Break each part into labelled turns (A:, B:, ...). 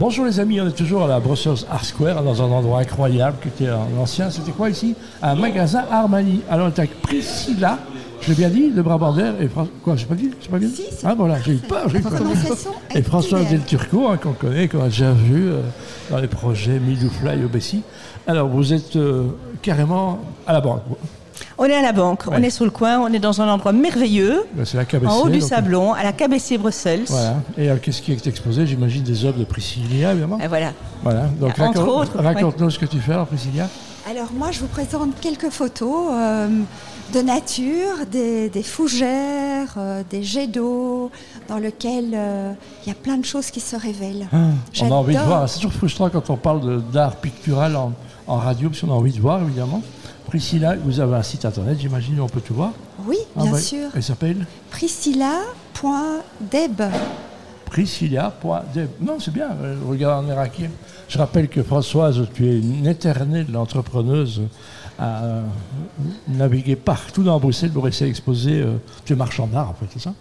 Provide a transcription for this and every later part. A: Bonjour les amis, on est toujours à la Brussels Art Square, dans un endroit incroyable qui était un ancien, c'était quoi ici Un magasin Armani. Alors on est avec Priscilla, j'ai bien dit, le Brabander et Fran- quoi, j'ai pas dit, j'ai pas bien dit
B: Si, si.
A: Ah voilà, j'ai eu peur, j'ai eu peur.
B: Prononciation
A: Et François
B: excellente.
A: Del Turco, hein, qu'on connaît, qu'on a déjà vu euh, dans les projets Midoufly au Bessie. Alors vous êtes euh, carrément à la banque.
C: On est à la banque, on
A: Ouais.
C: est sous le coin, on est dans un endroit merveilleux,
A: Là, C'est la KBC.
C: en haut du
A: donc,
C: Sablon, à la KBC Bruxelles.
A: Voilà. Et alors, qu'est-ce qui est exposé J'imagine des œuvres de Priscilla, évidemment.
C: Et voilà.
A: Voilà. Donc
C: Ah, Entre
A: raconte-
C: autres, ouais.
A: raconte-nous ce que tu fais alors, Priscilla.
B: Alors moi, je vous présente quelques photos euh, de nature, des, des fougères, euh, des jets d'eau, dans lesquels euh, il y a plein de choses qui se révèlent.
A: Ah, On a
B: J'adore.
A: envie de voir. C'est toujours frustrant quand on parle de- d'art pictural en, en radio, parce qu'on a envie de voir, évidemment. Priscilla, vous avez un site internet, j'imagine, où on peut tout voir.
B: Oui,
A: Ah,
B: bien
A: ouais.
B: sûr.
A: Elle s'appelle
B: Priscilla.deb.
A: priscilla.dev. Non, c'est bien, euh, regarde en Irakien. Je rappelle que Françoise, tu es une éternelle entrepreneuse à euh, naviguer partout dans Bruxelles pour essayer d'exposer. euh, tu es marchand d'art, en fait, c'est ça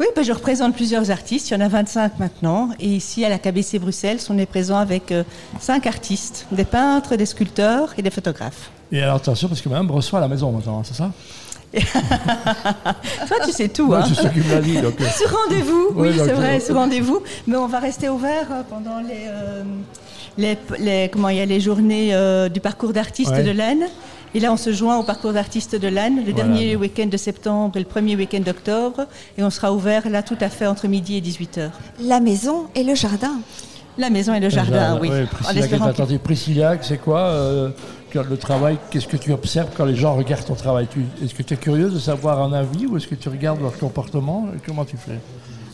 C: Oui, ben, je représente plusieurs artistes, il y en a 25 maintenant. Et ici, à la KBC Bruxelles, on est présent avec 5 artistes, des peintres, des sculpteurs et des photographes.
A: Et alors attention, parce que Madame reçoit à la maison maintenant, hein, c'est ça
C: Toi, tu sais tout, hein
A: Ouais, C'est ce qu'il me l'a dit. donc, euh,
C: Sur rendez-vous,
A: Ouais,
C: oui, c'est
A: d'accord.
C: vrai, sur rendez-vous. Mais on va rester ouvert euh, pendant les, euh, les, les- comment il y a les journées euh, du parcours d'artistes
A: Ouais.
C: de l'âne. Et là, on se joint au parcours d'artistes de l'âne, le
A: Voilà.
C: dernier week-end de septembre et le premier week-end d'octobre. Et on sera ouvert là tout à fait entre midi et 18h.
B: La maison et le jardin.
C: La maison et le jardin, oui.
A: ouais,
C: en
A: Priscilla,
C: espérant
A: qu'est-ce
C: que-
A: que- attendez, Priscilla, c'est quoi euh, quand le travail Qu'est-ce que tu observes quand les gens regardent ton travail Tu- Est-ce que tu es curieuse de savoir un avis ou est-ce que tu regardes leur comportement Comment tu fais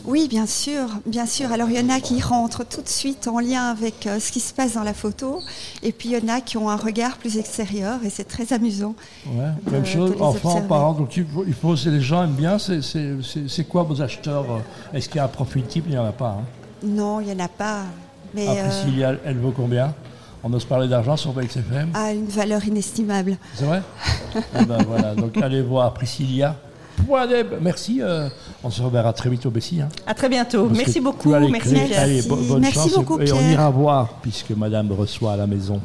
B: Oui, bien sûr, bien sûr. Alors il y en a qui rentrent tout de suite en lien avec euh, ce qui se passe dans la photo, et puis il y en a qui ont un regard plus extérieur, et c'est très amusant.
A: Ouais,
C: Euh,
A: même
B: de
A: chose,
B: les
A: enfants,
B: observer.
A: parents, donc il faut, il faut- c'est les gens aiment bien, c'est- c'est c'est- c'est quoi vos acheteurs euh, Est-ce qu'il y a un profil type Il n'y en a pas. Hein.
B: Non, il n'y en a pas, mais
A: Après,
B: euh,
A: s'il y a- elle vaut combien On ose parler d'argent sur BXFM,
C: Ah.
B: à une valeur inestimable.
A: c'est vrai Eh ben voilà, donc allez voir Priscilla. Point d'eb. Merci, euh, on se reverra très vite au Bessie. hein.
C: À très bientôt.
A: Parce que
C: Merci
A: tu
C: beaucoup.
A: as les
C: Merci
A: clés.
C: Pierre.
A: Allez, bo- bonne
B: Merci
A: chance.
B: beaucoup,
A: et on
B: Pierre.
A: ira voir, puisque madame reçoit à la maison.